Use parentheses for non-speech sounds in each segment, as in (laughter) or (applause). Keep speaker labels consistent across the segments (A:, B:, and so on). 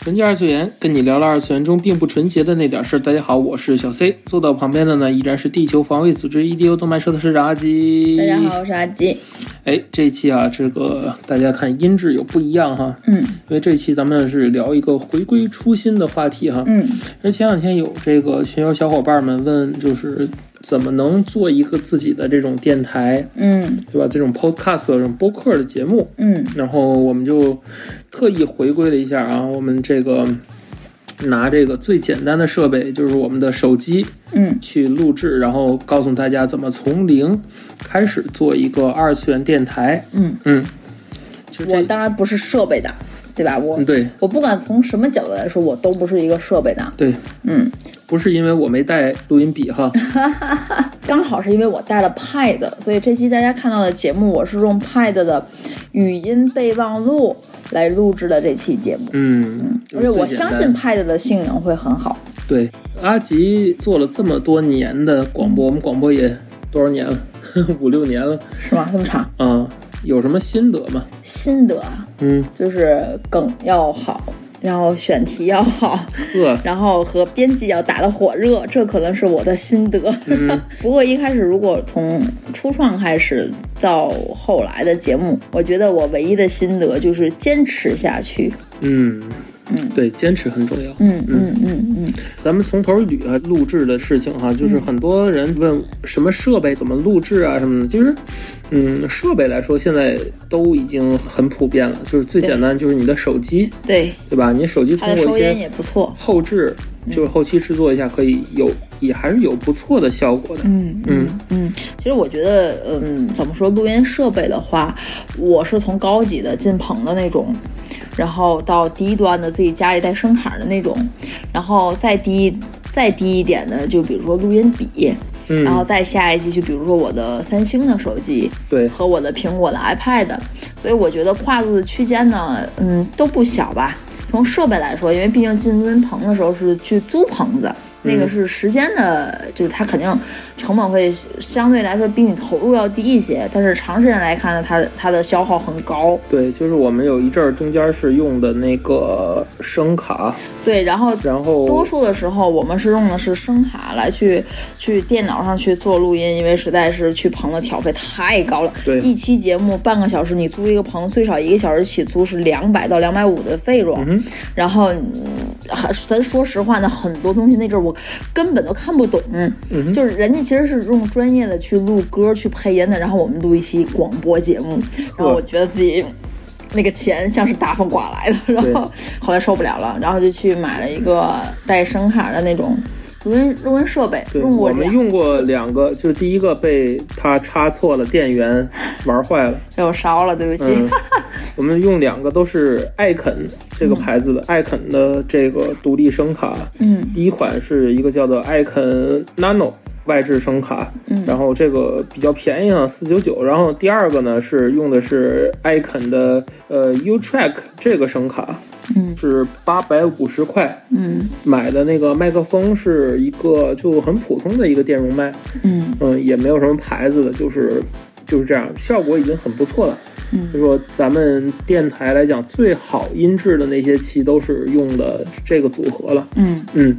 A: 纯洁二次元，跟你聊聊二次元中并不纯洁的那点事儿。大家好，我是小 C，坐到我旁边的呢依然是地球防卫组织 EDO 动漫社的社长阿基。
B: 大家好，，我是阿吉。
A: 哎，这一期啊，这个大家看音质有不一样哈，
B: 嗯
A: 因为这期咱们是聊一个回归初心的话题哈。
B: 嗯
A: 而前两天有这个群友小伙伴们问，就是怎么能做一个自己的这种电台，
B: 嗯
A: 对吧？这种 podcast 这种播客的节目，
B: 嗯
A: 然后我们就特意回归了一下啊，我们这个拿这个最简单的设备，就是我们的手机
B: 嗯
A: 去录制，然后告诉大家怎么从零开始做一个二次元电台。
B: 嗯，
A: 嗯，就
B: 我
A: 这，
B: 当然不是设备党，对吧？我
A: 嗯，对
B: 我不管从什么角度来说，我都不是一个设备党。
A: 对，
B: 嗯，
A: 不是因为我没带录音笔
B: (laughs)
A: 哈，
B: 刚好是因为我带了 Pad，所以这期大家看到的节目，我是用 Pad 的语音备忘录来录制的这期节目。
A: 嗯，
B: 而且我
A: 就是最简单
B: 相信 Pad 的性能会很好。
A: 对阿吉做了这么多年的广
B: 嗯
A: 播，我们广播也多少年了， (laughs) 五六年了
B: 是吗？这么长，
A: 啊，有什么心得吗？
B: 心得啊，
A: 嗯，
B: 就是梗要好，然后选题要好，
A: 呵，
B: 然后和编辑要打得火热，这可能是我的心得。 (laughs) 不过一开始如果从初创开始到后来的节目，我觉得我唯一的心得就是坚持下去。
A: 嗯，对，坚持很重要。
B: 嗯嗯嗯嗯，
A: 咱们从头捋啊，录制的事情哈、就是很多人问什么设备怎么录制啊什么的，其实，嗯，设备来说现在都已经很普遍了，就是最简单就是你的手机，
B: 对，
A: 对吧？你手机
B: 它
A: 通
B: 的
A: 过
B: 收
A: 一
B: 音
A: 些
B: 也嗯不错。
A: 后置，就是后期制作一下，可以有也还是有不错的效果的。
B: 嗯
A: 嗯
B: 嗯，其实我觉得，嗯，怎么说，录音设备的话，我是从高级的进棚的那种，然后到低端的自己家里带声卡的那种，然后再低再低一点的，就比如说录音笔，
A: 嗯，
B: 然后再下一级，就比如说我的三星的手机
A: 对，
B: 和我的苹果的 iPad，所以我觉得跨度的区间呢，嗯，都不小吧。从设备来说，因为毕竟进录音棚的时候是去租棚子，那个是时间的，就是它肯定成本会相对来说比你投入要低一些，但是长时间来看呢，它它的消耗很高。
A: 对，就是我们有一阵儿中间是用的那个声卡，
B: 对，然后
A: 然后
B: 多数的时候，我们是用的是声卡来去去电脑上去做录音，因为实在是去棚的挑费太高了。
A: 对
B: 一期节目半个小时，你租一个棚最少一个小时起租是两百到两百五的费用。
A: 嗯
B: 然后，嗯很咱说实话呢，很多东西那阵儿我根本都看不懂。
A: 嗯
B: 就是人家其实是用专业的去录歌、去配音的，然后我们录一期广播节目，然后我觉得自己。那个钱像是大风刮来的， (laughs) 然后后来受不了了，然后就去买了一个带声卡的那种录音录音设备，
A: 对，
B: 用过
A: 我
B: 两
A: 们
B: 次
A: 用过两个，就是第一个被他插错了电
B: (laughs)
A: 源，玩坏了。
B: 被我哎烧了，对不起。 (laughs)
A: 嗯，我们用两个都是艾肯这个牌子的，艾肯的这个独立声卡。
B: 嗯
A: 第一款是一个叫做艾肯 Nano 外置声卡，
B: 嗯
A: 然后这个比较便宜啊，四九九。然后第二个呢是用的是艾肯的呃 U Track 这个声卡，
B: 嗯
A: 是八百五十块。
B: 嗯
A: 买的那个麦克风是一个就很普通的一个电容麦，
B: 嗯
A: 嗯，也没有什么牌子的，就是就是这样，效果已经很不错了。
B: 嗯
A: 就说咱们电台来讲，最好音质的那些期都是用的这个组合了，
B: 嗯
A: 嗯。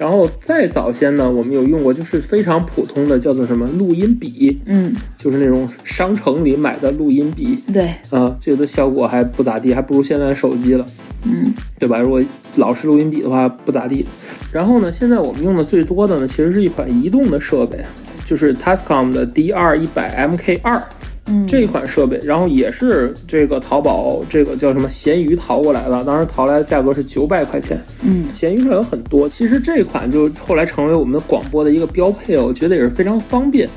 A: 然后再早先呢，我们有用过，就是非常普通的，叫做什么录音笔，
B: 嗯，
A: 就是那种商城里买的录音笔
B: 对，
A: 啊，这个的效果还不咋地，还不如现在的手机了。
B: 嗯
A: 对吧？如果老式录音笔的话不咋地。然后呢，现在我们用的最多的呢，其实是一款移动的设备，就是 Tascam 的 DR 一百 MK 二
B: 嗯
A: 这一款设备，然后也是这个淘宝这个叫什么闲鱼淘过来的，当时淘来的价格是九百块钱。
B: 嗯
A: 闲鱼上有很多，其实这款就后来成为我们的广播的一个标配，哦我觉得也是非常方便。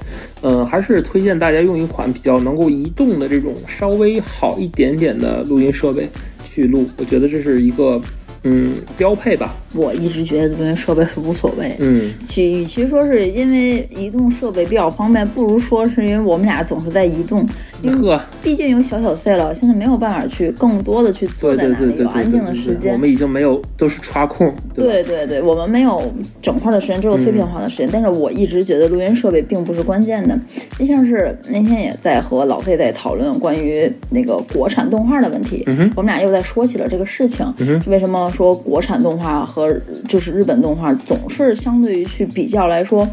A: 嗯、还是推荐大家用一款比较能够移动的这种稍微好一点点的录音设备。去录，我觉得这是一个嗯标配吧。
B: 我一直觉得跟设备是无所谓。
A: 嗯，
B: 其与其说是因为移动设备比较方便，不如说是因为我们俩总是在移动，因为
A: 呵，
B: 毕竟有小小 C 了，现在没有办法去更多的去坐
A: 对
B: 在
A: 对
B: 那
A: 对
B: 里
A: 对对
B: 有安静的时
A: 我
B: 间。
A: 们已经没有都是插空，吧
B: 对对对，我们没有整块的时间，只有碎片化的
A: 嗯
B: 时间。但是我一直觉得录音设备并不是关键的，就像是那天也在和老 C 在讨论关于那个国产动画的问题，
A: 嗯
B: 我们俩又在说起了这个事情。就为什么说国产动画和就是日本动画总是相对于去比较来说，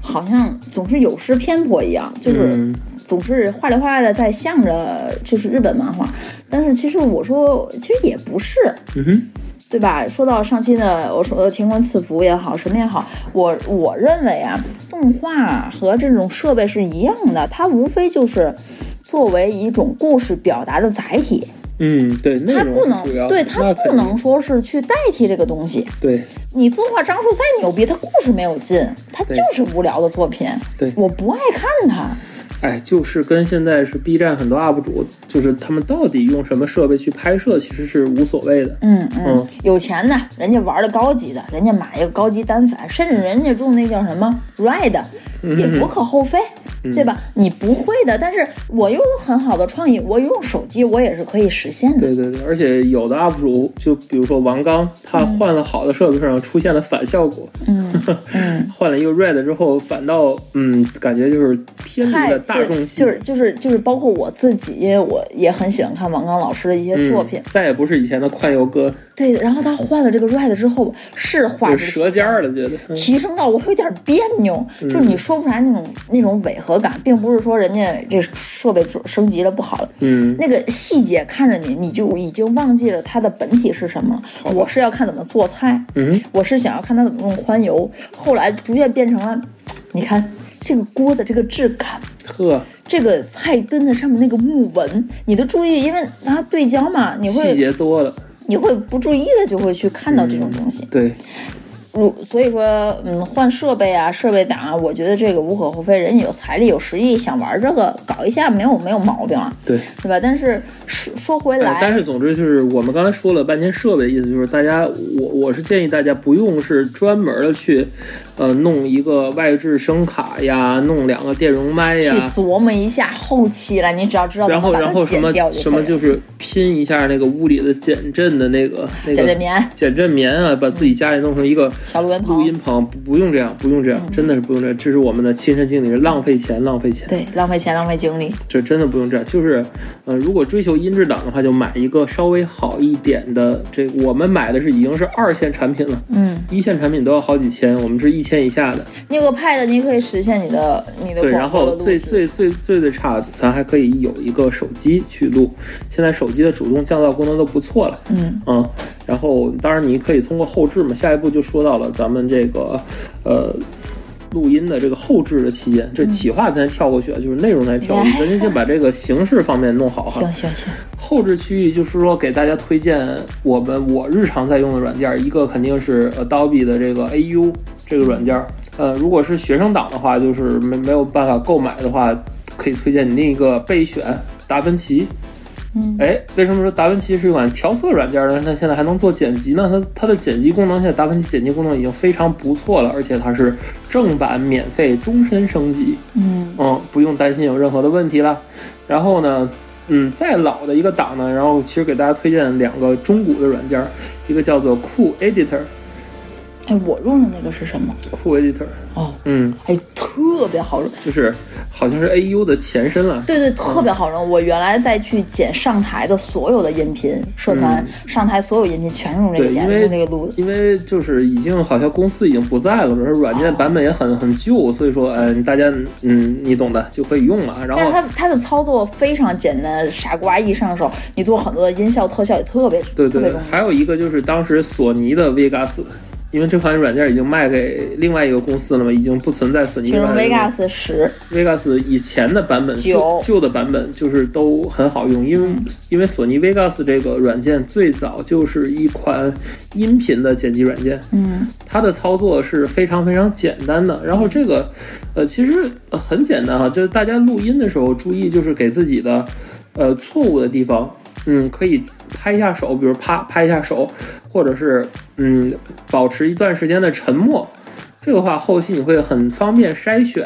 B: 好像总是有失偏颇一样，就是。
A: 嗯
B: 总是话里话外的在向着就是日本漫画，但是其实我说其实也不是，
A: 嗯哼，
B: 对吧？说到上期的，我说天官赐福也好，什么也好，我我认为啊，动画和这种设备是一样的，它无非就是作为一种故事表达的载体，
A: 嗯，对，内
B: 它
A: 容
B: 不
A: 是主
B: 能
A: 要
B: 对
A: 那
B: 它
A: 肯
B: 不
A: 定
B: 能说是去代替这个东西。
A: 对
B: 你作画张数再牛逼，它故事没有劲，它
A: 对
B: 就是无聊的作品。
A: 对
B: 我不爱看它。
A: 哎，就是跟现在是 B 站很多 UP 主，就是他们到底用什么设备去拍摄，其实是无所谓的。
B: 嗯
A: 嗯
B: 嗯，有钱的人家玩的高级的，人家买一个高级单反，甚至人家用那叫什么 Red，也
A: 嗯
B: 无可厚非，对吧？你不会的，但是我又有很好的创意，我用手机我也是可以实现的。
A: 对对对，而且有的 UP 主，就比如说王刚，他换了好的设备上出现了反效果，
B: 嗯嗯，
A: (laughs) 换了一个 Red 之后，反倒嗯，感觉就是偏离
B: 太
A: 了大众
B: 对，
A: 系，
B: 就是就是就是，包括我自己，因为我也很喜欢看王刚老师的一些
A: 嗯
B: 作品。
A: 再也不是以前的宽油哥
B: 对，然后他换了这个 Red 之后，是画
A: 有
B: 质
A: 舌尖儿了，觉得。嗯
B: 提升到我有点别扭，就是你说不出来那种那种违和感，并不是说人家这设备升级了不好了，
A: 嗯，
B: 那个细节看着你，你就已经忘记了它的本体是什么了。我是要看怎么做菜，
A: 嗯，
B: 我是想要看它怎么用宽油，后来逐渐变成了，你看这个锅的这个质感。
A: 呵，
B: 这个菜墩子上面那个木纹，你的注意，因为它对焦嘛，你
A: 细
B: 会
A: 节多了，
B: 你会不注意的就会去看到这种东西。
A: 对，
B: 如所以说，嗯，换设备啊，设备党啊，我觉得这个无可厚非，人家有财力有实力，想玩这个搞一下没有没有毛病啊，
A: 对。
B: 对吧？但是说说回
A: 哎
B: 来，
A: 但是总之就是我们刚才说了半天设备的意思，就是大家我我是建议大家不用是专门的去，呃，弄一个外置声卡呀，弄两个电容麦
B: 去
A: 呀，
B: 琢磨一下后期了，你只要知道怎
A: 然
B: 么
A: 后
B: 哦把
A: 然后
B: 它
A: 什
B: 剪
A: 么
B: 掉
A: 什
B: 可
A: 么
B: 以了。
A: 就是拼一下那个屋里的减震的那个那
B: 剪剪
A: 个
B: 棉、
A: 减震棉啊，把自己家里弄成一个
B: 小录音
A: 录
B: 棚
A: 音，棚，不不用这样，不用这样，真的是不用这样，这是我们的亲身经历，是浪费钱，浪费钱。
B: 对，浪费钱浪费精力。
A: 这真的不用这样，就是，呃，如果追求音质档的话，就买一个稍微好一点的。这我们买的是已经是二线产品了，
B: 嗯，
A: 一线产品都要好几千，我们是一千以下的。
B: 那个 Pad 你可以实现你的你的
A: 对，然
B: 广播
A: 后
B: 的录
A: 最
B: 制。
A: 最最最最差的，咱还可以有一个手机去录。现在手机的主动降噪功能都不错了，
B: 嗯
A: 嗯。然后，当然你可以通过后置嘛，下一步就说到了咱们这个，呃。录音的这个后置的期间，这
B: 嗯
A: 企划咱跳过去啊，就是内容咱跳过去，咱就先把这个形式方面弄好哈。
B: 哎行行行，
A: 后置区域就是说给大家推荐我们我日常在用的软件儿，一个肯定是呃 Adobe 的这个 AU 这个软件儿。呃，如果是学生党的话，就是没没有办法购买的话，可以推荐你另一个备选达芬奇。
B: 嗯
A: 哎，为什么说达芬奇是一款调色软件呢？它现在还能做剪辑呢？它它的剪辑功能现在达芬奇剪辑功能已经非常不错了，而且它是正版免费，终身升级。
B: 嗯
A: 嗯，不用担心有任何的问题了。然后呢，嗯，再老的一个档呢，然后其实给大家推荐两个中古的软件儿，一个叫做酷 Editor，
B: 哎，我用的那个是什么？
A: 酷 Editor，
B: 哦，
A: 嗯，
B: 哎，特别好用。
A: 就是好像是 AU 的前身了。
B: 对对，特别好用。我原来再去剪上台的所有的音频，社团、上台所有音频全是用这个
A: 嗯对
B: 剪
A: 因
B: 的，
A: 为
B: 用这个录的。
A: 因为就是已经好像公司已经不在了，而软
B: 哦
A: 件版本也很很旧，所以说，嗯，大家，嗯，你懂的就可以用了。然
B: 但
A: 后
B: 是它它的操作非常简单，傻瓜一上手，你做很多的音效特效也特别
A: 对
B: 特
A: 对对
B: 别容，易。
A: 还有一个就是当时索尼的 Vegas，因为这款软件已经卖给另外一个公司了嘛，已经不存在索尼
B: 形容
A: 软件了
B: Vegas 十，
A: Vegas 以前的版本旧
B: 九
A: 旧的版本就是都很好用，因为、因为索尼 Vegas 这个软件最早就是一款音频的剪辑软件，
B: 嗯，
A: 它的操作是非常非常简单的。然后这个呃其实呃很简单哈，就是大家录音的时候注意就是给自己的呃错误的地方。嗯，可以拍一下手，比如啪拍一下手，或者是嗯，保持一段时间的沉默。这个话后期你会很方便筛选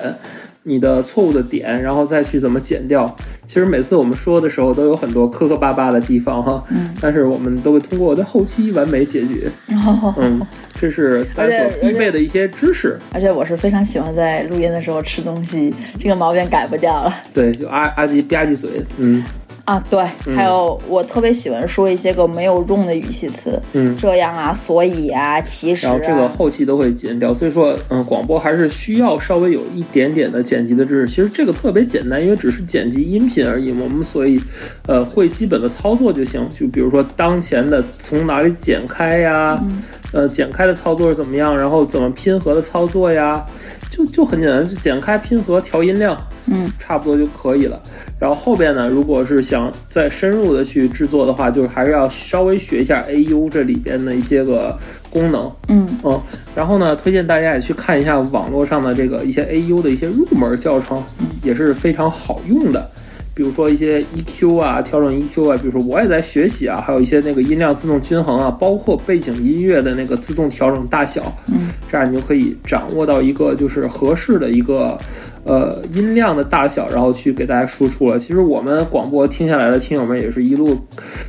A: 你的错误的点，然后再去怎么剪掉。其实每次我们说的时候都有很多磕磕巴巴的地方哈，
B: 嗯
A: 但是我们都会通过我的后期完美解决。
B: 然后，
A: 嗯，这是大家所必备的一些知识。
B: 而且我是非常喜欢在录音的时候吃东西，这个毛病改不掉了。
A: 对，就阿阿吉吧唧嘴，嗯
B: 啊，对，还有我特别喜欢说一些个没有用的语气词，
A: 嗯。
B: 这样啊，所以啊，其实
A: 然
B: 啊
A: 后，这个后期都会剪掉，所以说，嗯，广播还是需要稍微有一点点的剪辑的知识。其实这个特别简单，因为只是剪辑音频而已嘛，我们所以，呃，会基本的操作就行。就比如说当前的从哪里剪开呀，
B: 嗯
A: 呃，剪开的操作是怎么样，然后怎么拼合的操作呀，就就很简单，就剪开拼合调音量，
B: 嗯，
A: 差不多就可以了。然后后边呢，如果是想再深入的去制作的话，就是还是要稍微学一下 AU 这里边的一些个功能，
B: 嗯
A: 嗯，然后呢，推荐大家也去看一下网络上的这个一些 AU 的一些入门教程，也是非常好用的。比如说一些 EQ 啊，调整 EQ 啊，比如说我也在学习啊，还有一些那个音量自动均衡啊，包括背景音乐的那个自动调整大小，
B: 嗯，
A: 这样你就可以掌握到一个就是合适的一个呃音量的大小，然后去给大家输出了。其实我们广播听下来的听友们也是一路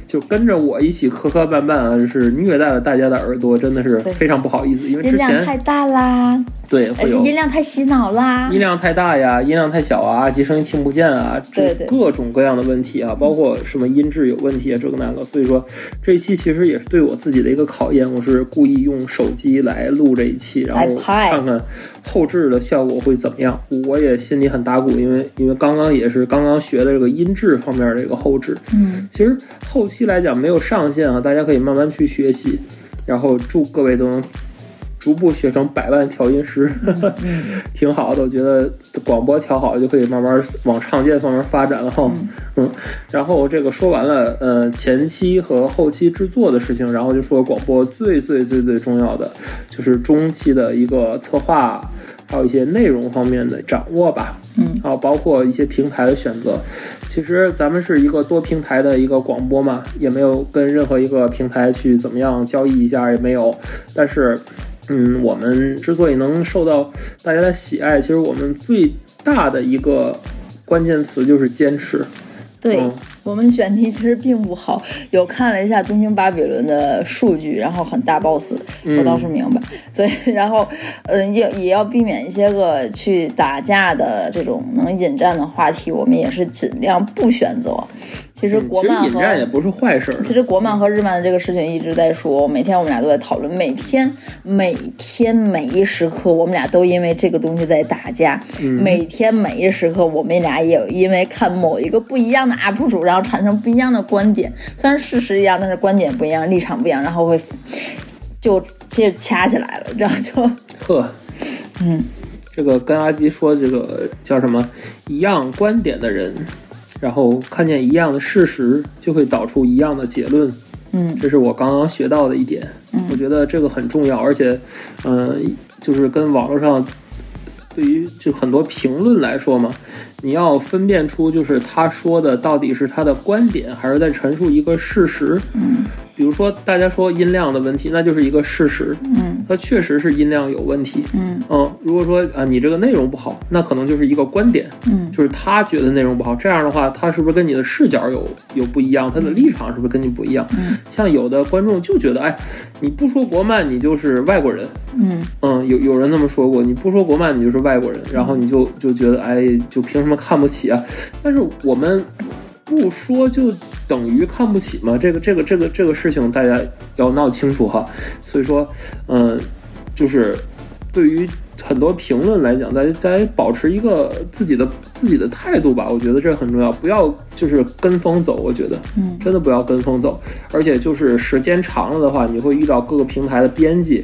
A: 就跟着我一起磕磕绊绊啊，就是虐待了大家的耳朵，真的是
B: 对
A: 非常不好意思，因为
B: 音
A: 之
B: 量
A: 前
B: 太大啦，
A: 对
B: 哎
A: 会有
B: 音量太洗脑啦
A: 音，量太大呀，音量太小啊，及声音听不见啊，这
B: 对对
A: 各种各样的问题啊，包括什么音质有问题啊，这个那个。所以说这一期其实也是对我自己的一个考验，我是故意用手机来录这一期，然后
B: 来拍
A: 看看后置的效果会怎么样。我也心里很打鼓，因为因为刚刚也是刚刚学的这个音质方面的这个后置，
B: 嗯，
A: 其实后期来讲没有上限啊，大家可以慢慢去学习，然后祝各位都能逐步学成百万调音师，挺好的。我觉得广播调好就可以慢慢往唱见方面发展了哈。嗯，然后这个说完了，呃，前期和后期制作的事情，然后就说广播最最最最重要的就是中期的一个策划，还有一些内容方面的掌握吧。
B: 嗯，
A: 啊，包括一些平台的选择。其实咱们是一个多平台的一个广播嘛，也没有跟任何一个平台去怎么样交易一下，也没有。但是，嗯，我们之所以能受到大家的喜爱，其实我们最大的一个关键词就是坚持。
B: 对。
A: 嗯
B: 我们选题其实并不好，有看了一下《东京巴比伦》的数据，然后很大 boss，我
A: 嗯
B: 倒是明白。 (laughs) 所以，然后，嗯，也也要避免一些个去打架的这种能引战的话题，我们也是尽量不选择。其实
A: 嗯
B: 国
A: 其实
B: 漫
A: 引
B: 和
A: 战也不是坏事儿。
B: 其实国漫和日漫的这个事情一直在说，每天我们俩都在讨论，每天每天每一时刻，我们俩都因为这个东西在打架，每天每一时刻，我们俩也有因为看某一个不一样的 UP 主，然后产生不一样的观点，虽然事实一样，但是观点不一样，立场不一样，然后会就接着掐起来了，然后就
A: 呵，
B: 嗯，
A: 这个跟阿基说这个叫什么一样观点的人，然后看见一样的事实，就会导出一样的结论。
B: 嗯
A: 这是我刚刚学到的一点，我觉得这个很重要，而且，嗯、就是跟网络上对于就很多评论来说嘛，你要分辨出就是他说的到底是他的观点，还是在陈述一个事实。
B: 嗯
A: 比如说大家说音量的问题，那就是一个事实，
B: 嗯
A: 它确实是音量有问题。
B: 嗯
A: 嗯，如果说啊你这个内容不好，那可能就是一个观点，
B: 嗯
A: 就是他觉得内容不好，这样的话，他是不是跟你的视角有有不一样？他的立场是不是跟你不一样？
B: 嗯
A: 像有的观众就觉得，哎，你不说国漫，你就是外国人。
B: 嗯
A: 嗯，有有人这么说过，你不说国漫，你就是外国人，然后你就就觉得，哎，就凭什么看不起啊？但是我们不说就等于看不起嘛，这个这个这个这个事情大家要闹清楚哈。所以说，嗯，就是对于很多评论来讲，大家大家保持一个自己的自己的态度吧，我觉得这很重要，不要就是跟风走，我觉得。
B: 嗯
A: 真的不要跟风走。而且就是时间长了的话，你会遇到各个平台的编辑，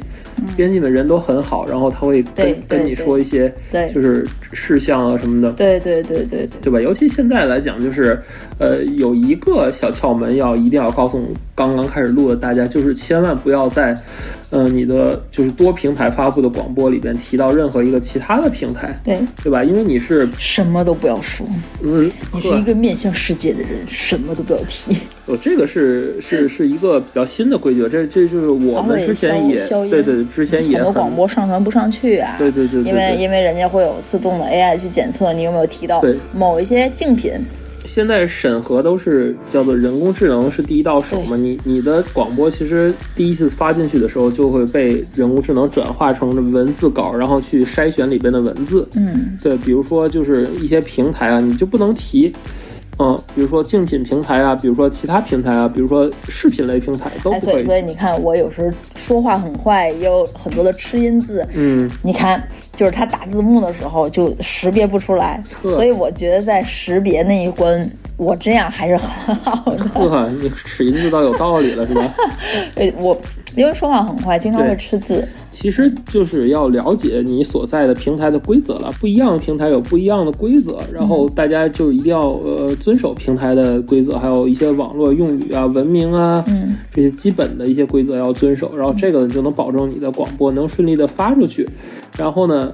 A: 编辑们人都很好，然后他会跟
B: 嗯对对
A: 跟你
B: 对
A: 说一些
B: 对
A: 就是事项啊什么的。
B: 对对对对对，
A: 对吧？尤其现在来讲，就是，呃，有一个小窍门要一定要告诉刚刚开始录的大家，就是千万不要在，呃，你的就是多平台发布的广播里边提到到任何一个其他的平台，
B: 对，
A: 对吧？因为你是
B: 什么都不要说，
A: 嗯，
B: 你是一个面向世界的人，什么都不要提。
A: 我哦这个是是是一个比较新的规矩，这这就是我们之前也
B: 然后也消消音
A: 对对，之前也
B: 很多
A: 很
B: 广播上传不上去啊，
A: 对对对对对
B: 因为因为人家会有自动的 AI 去检测你有没有提到
A: 对
B: 某一些竞品，
A: 现在审核都是叫做人工智能是第一道手嘛，你你的广播其实第一次发进去的时候就会被人工智能转化成文字稿，然后去筛选里边的文字。
B: 嗯，
A: 对，比如说就是一些平台啊，你就不能提。嗯，比如说竞品平台啊，比如说其他平台啊，比如说视频类平台都
B: 哎，
A: 不
B: 所
A: 会。
B: 以所以你看，我有时候说话很快，也有很多的吃音字，
A: 嗯，
B: 你看，就是它打字幕的时候就识别不出来，
A: 呵
B: 所以我觉得在识别那一关，我这样还是很好
A: (laughs)
B: 的。
A: 呵呵，你齿音字倒有道理了是吧？
B: 呃，我因为说话很快，经常会吃字，
A: 其实就是要了解你所在的平台的规则了，不一样的平台有不一样的规则，然后大家就一定要呃遵守平台的规则，还有一些网络用语啊、文明啊，
B: 嗯，
A: 这些基本的一些规则要遵守，然后这个就能保证你的广播能顺利的发出去。然后呢，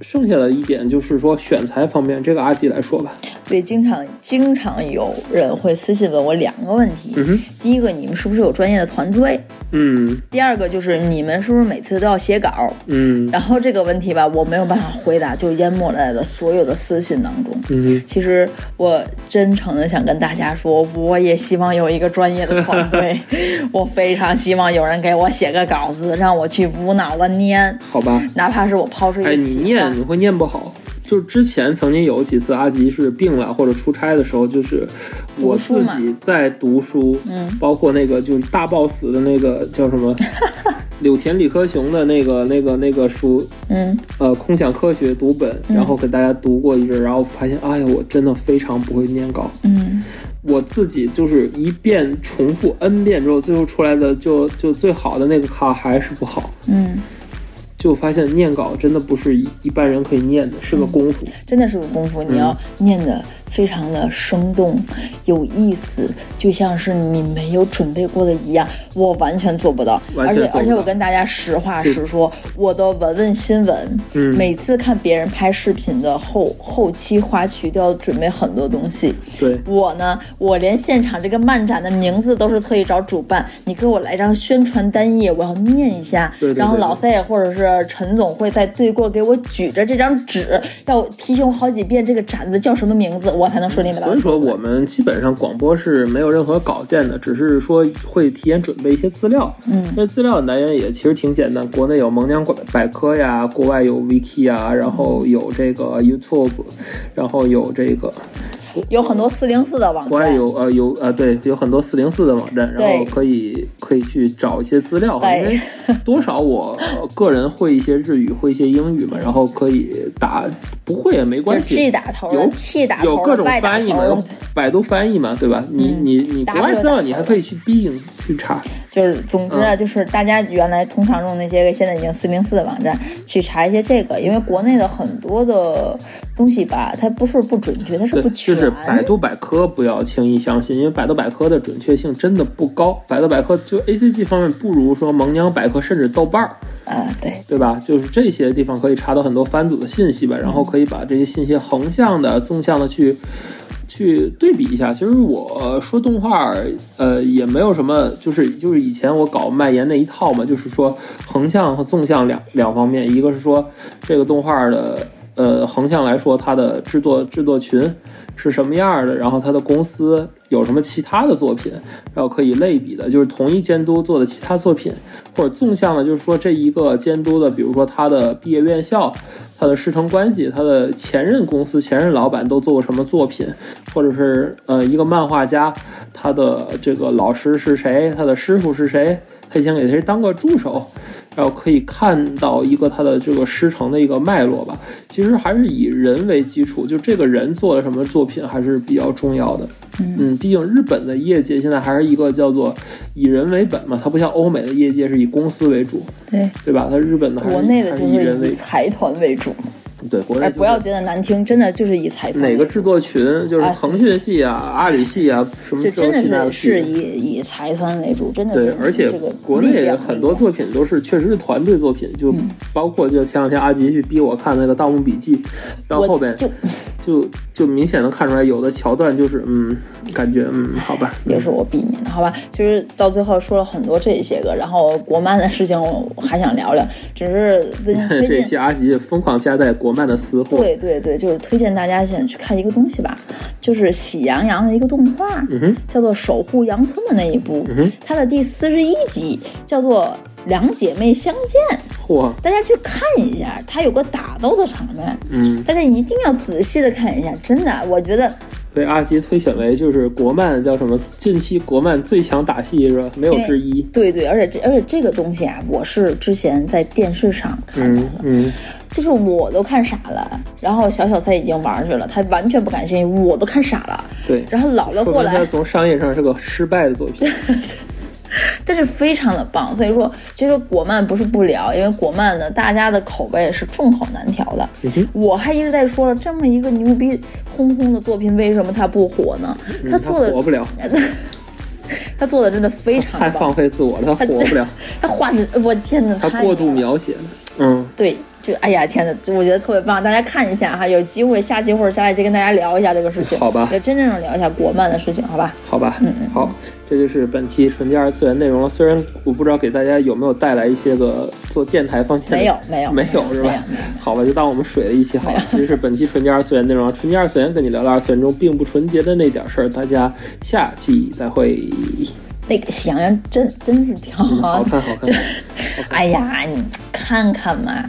A: 剩下的一点就是说选材方面，这个阿吉来说吧，
B: 对，经常经常有人会私信问我两个问题，
A: 嗯哼，
B: 第一个，你们是不是有专业的团队？
A: 嗯
B: 第二个就是你们是不是每次都要写稿？
A: 嗯
B: 然后这个问题吧，我没有办法回答，就淹没在了所有的私信当中。
A: 嗯，
B: 其实我真诚的想跟大家说，我也希望有一个专业的团队，
A: (laughs)
B: 我非常希望有人给我写个稿子，让我去无脑的念，
A: 好吧。
B: 哪怕是我抛出一
A: 哎，
B: 个
A: 你
B: 企划
A: 念，你会念不好。就是之前曾经有几次阿吉是病了或者出差的时候，就是我
B: 读书
A: 自
B: 嘛
A: 己在读书，
B: 嗯
A: 包括那个就是大 boss 的那个叫什
B: (laughs)
A: 么柳田理科雄的那个那个那个书，
B: 嗯，
A: 呃，空想科学读本，然后给大家读过一阵，然后发现，哎呀，我真的非常不会念稿，
B: 嗯，
A: (laughs) 我自己就是一遍重复 n 遍之后，最后出来的就就最好的那个卡还是不好，
B: 嗯，
A: 就发现念稿真的不是一一般人可以念的，是个功夫。
B: 真的是个功夫，你
A: 嗯
B: 要念的非常的生动、有意思，就像是你没有准备过的一样。我完全做不到，
A: 完
B: 而
A: 全做
B: 且
A: 不到
B: 而且我跟大家实话实说，我的文文新闻，
A: 嗯
B: 每次看别人拍视频的后后期花絮都要准备很多东西。
A: 对，
B: 我呢，我连现场这个漫展的名字都是特意找主办，你给我来张宣传单页，我要念一下。
A: 对对对
B: 然后老赛或者是陈总会在对过给我举着这张纸，要提醒我好几遍这个展子叫什么名字，我才能顺利的把
A: 所
B: 它
A: 以。说我们基本上广播是没有任何稿件的，只是说会提前准备一些资料。嗯，那资料来源也其实挺简单，国内有萌娘百百科呀，国外有 Wiki 呀，然后有这个 YouTube，然后有这个
B: 有很多四零四的网
A: 国外
B: 站。
A: 有呃有呃对，有很多四零四的网站，然后
B: 对
A: 可以可以去找一些资料，
B: 对
A: 因为多少我呃个人会一些日语，会一些英语嘛，然后可以打，不会也没
B: 就
A: 关系。
B: G 打头的
A: 有
B: ，T 打头的
A: 有各种
B: Y 打
A: 翻译嘛，
B: 头
A: 有
B: (laughs) 的，
A: 百度翻译嘛，对吧？你你你
B: 打
A: 国外
B: 不了
A: 资料
B: 打
A: 你还可以去 b i 去查，
B: 就是总之
A: 嗯
B: 啊，就是大家原来通常用那些个现在已经四零四的网站去查一些这个，因为国内的很多的东西吧，它不是不准确，它是
A: 对，
B: 不全。
A: 就是百度百科不要轻易相信，因为百度百科的准确性真的不高，百度百科就 A C G 方面不如说萌娘百科甚至豆瓣儿，
B: 啊，对，
A: 对吧？就是这些地方可以查到很多番组的信息吧，然后可以把这些信息横向的、纵向的去。去对比一下，其实我、呃说动画儿，呃，也没有什么，就是就是以前我搞卖盐那一套嘛，就是说横向和纵向两两方面，一个是说这个动画儿的呃横向来说，它的制作制作群是什么样儿的，然后它的公司有什么其他的作品，然后可以类比的，就是同一监督做的其他作品，或者纵向的，就是说这一个监督的，比如说他的毕业院校、他的师承关系、他的前任公司、前任老板都做过什么作品，或者是呃一个漫画家，他的这个老师是谁，他的师傅是谁，他以前给谁当过助手，然后可以看到一个他的这个师承的一个脉络吧。其实还是以人为基础，就这个人做了什么作品还是比较重要的。嗯，毕竟日本的业界现在还是一个叫做以人为本嘛，它不像欧美的业界是以公司为主，
B: 对，
A: 对吧？它日本的还是
B: 国内的
A: 还
B: 就是
A: 以人
B: 是
A: 为
B: 以财团为主，
A: 主，对国内、
B: 哎，
A: 就是、
B: 不要觉得难听，真的就是以财团为
A: 哪
B: 主。
A: 个制作群，就是
B: 啊
A: 腾讯系啊、阿里系啊、什么
B: 就
A: 这
B: 真
A: 个系那
B: 的
A: 个
B: 是是
A: 系，
B: 以以以财团为主，真的
A: 对
B: 是，
A: 而且
B: 这个
A: 国
B: 力
A: 内
B: 量嗯
A: 很多作品都是确实是团队作品，就包括就前两天阿吉去逼我看那个《盗墓笔记》，到
B: 我
A: 后边
B: 就
A: 就就明显能看出来，有的桥段就是嗯，感觉嗯，好吧，
B: 也是我避免的，好吧？就是到最后说了很多这些个，然后国漫的事情我还想聊聊，只是最
A: (laughs)
B: 近推
A: 这一
B: 荐
A: 期阿吉疯狂夹带国漫的私货，
B: 对对对，就是推荐大家现在去看一个东西吧，就是《喜羊羊》的一个动画，
A: 嗯哼嗯
B: 叫做《守护羊村》的那一部，它的第四十一集叫做《两姐妹相见》，
A: 嚯，
B: 大家去看一下，它有个打斗的场面，
A: 嗯，
B: 大家一定要仔细的看一下，真的，我觉得
A: 被阿吉推选为就是国漫叫什么近期国漫最强打戏是吧？没有之一。
B: 对对，而且这而且这个东西啊，我是之前在电视上看到的。
A: 嗯嗯，
B: 就是我都看傻了，然后小小菜已经玩儿去了，他完全不感兴趣，我都看傻了。
A: 对。
B: 然后姥
A: 说
B: 姥过
A: 明
B: 来
A: 他，从商业上是个失败的作品，
B: (laughs) 但是非常的棒。所以说，其实国漫不是不聊，因为国漫呢，大家的口味是众口难调的。
A: 嗯哼
B: 我还一直在说了，这么一个牛逼轰轰的作品，为什么它不火呢？
A: 他
B: 它做的，
A: 嗯活不了，
B: (laughs) 它做的真的非常
A: 太
B: 棒
A: 放。飞自我了，他
B: 它
A: 活不
B: (laughs)
A: 了，，
B: 它画的，我天哪，
A: 他
B: 太
A: 过度
B: 美了
A: 描写了，嗯，
B: 对，就哎呀天哪，就我觉得特别棒，大家看一下哈，有机会下期或者下一期跟大家聊一下这个事情，
A: 好吧
B: 也真正聊一下国漫的事情，好吧？
A: 好吧，
B: 嗯
A: 好，这就是本期纯洁二次元内容了。虽然我不知道给大家有没有带来一些个做电台方面的
B: 没有没有
A: 没有
B: 没有
A: 是吧
B: 没有？
A: 好吧，就当我们水了一期好了。这就是本期纯洁二次元内容了。纯洁二次元跟你聊聊二次元中并不纯洁的那点事儿，大家下期再会。
B: 那个喜羊羊真真是挺
A: 嗯
B: 好啊
A: 好
B: 看，
A: 看，好看。
B: 哎呀，你看看嘛，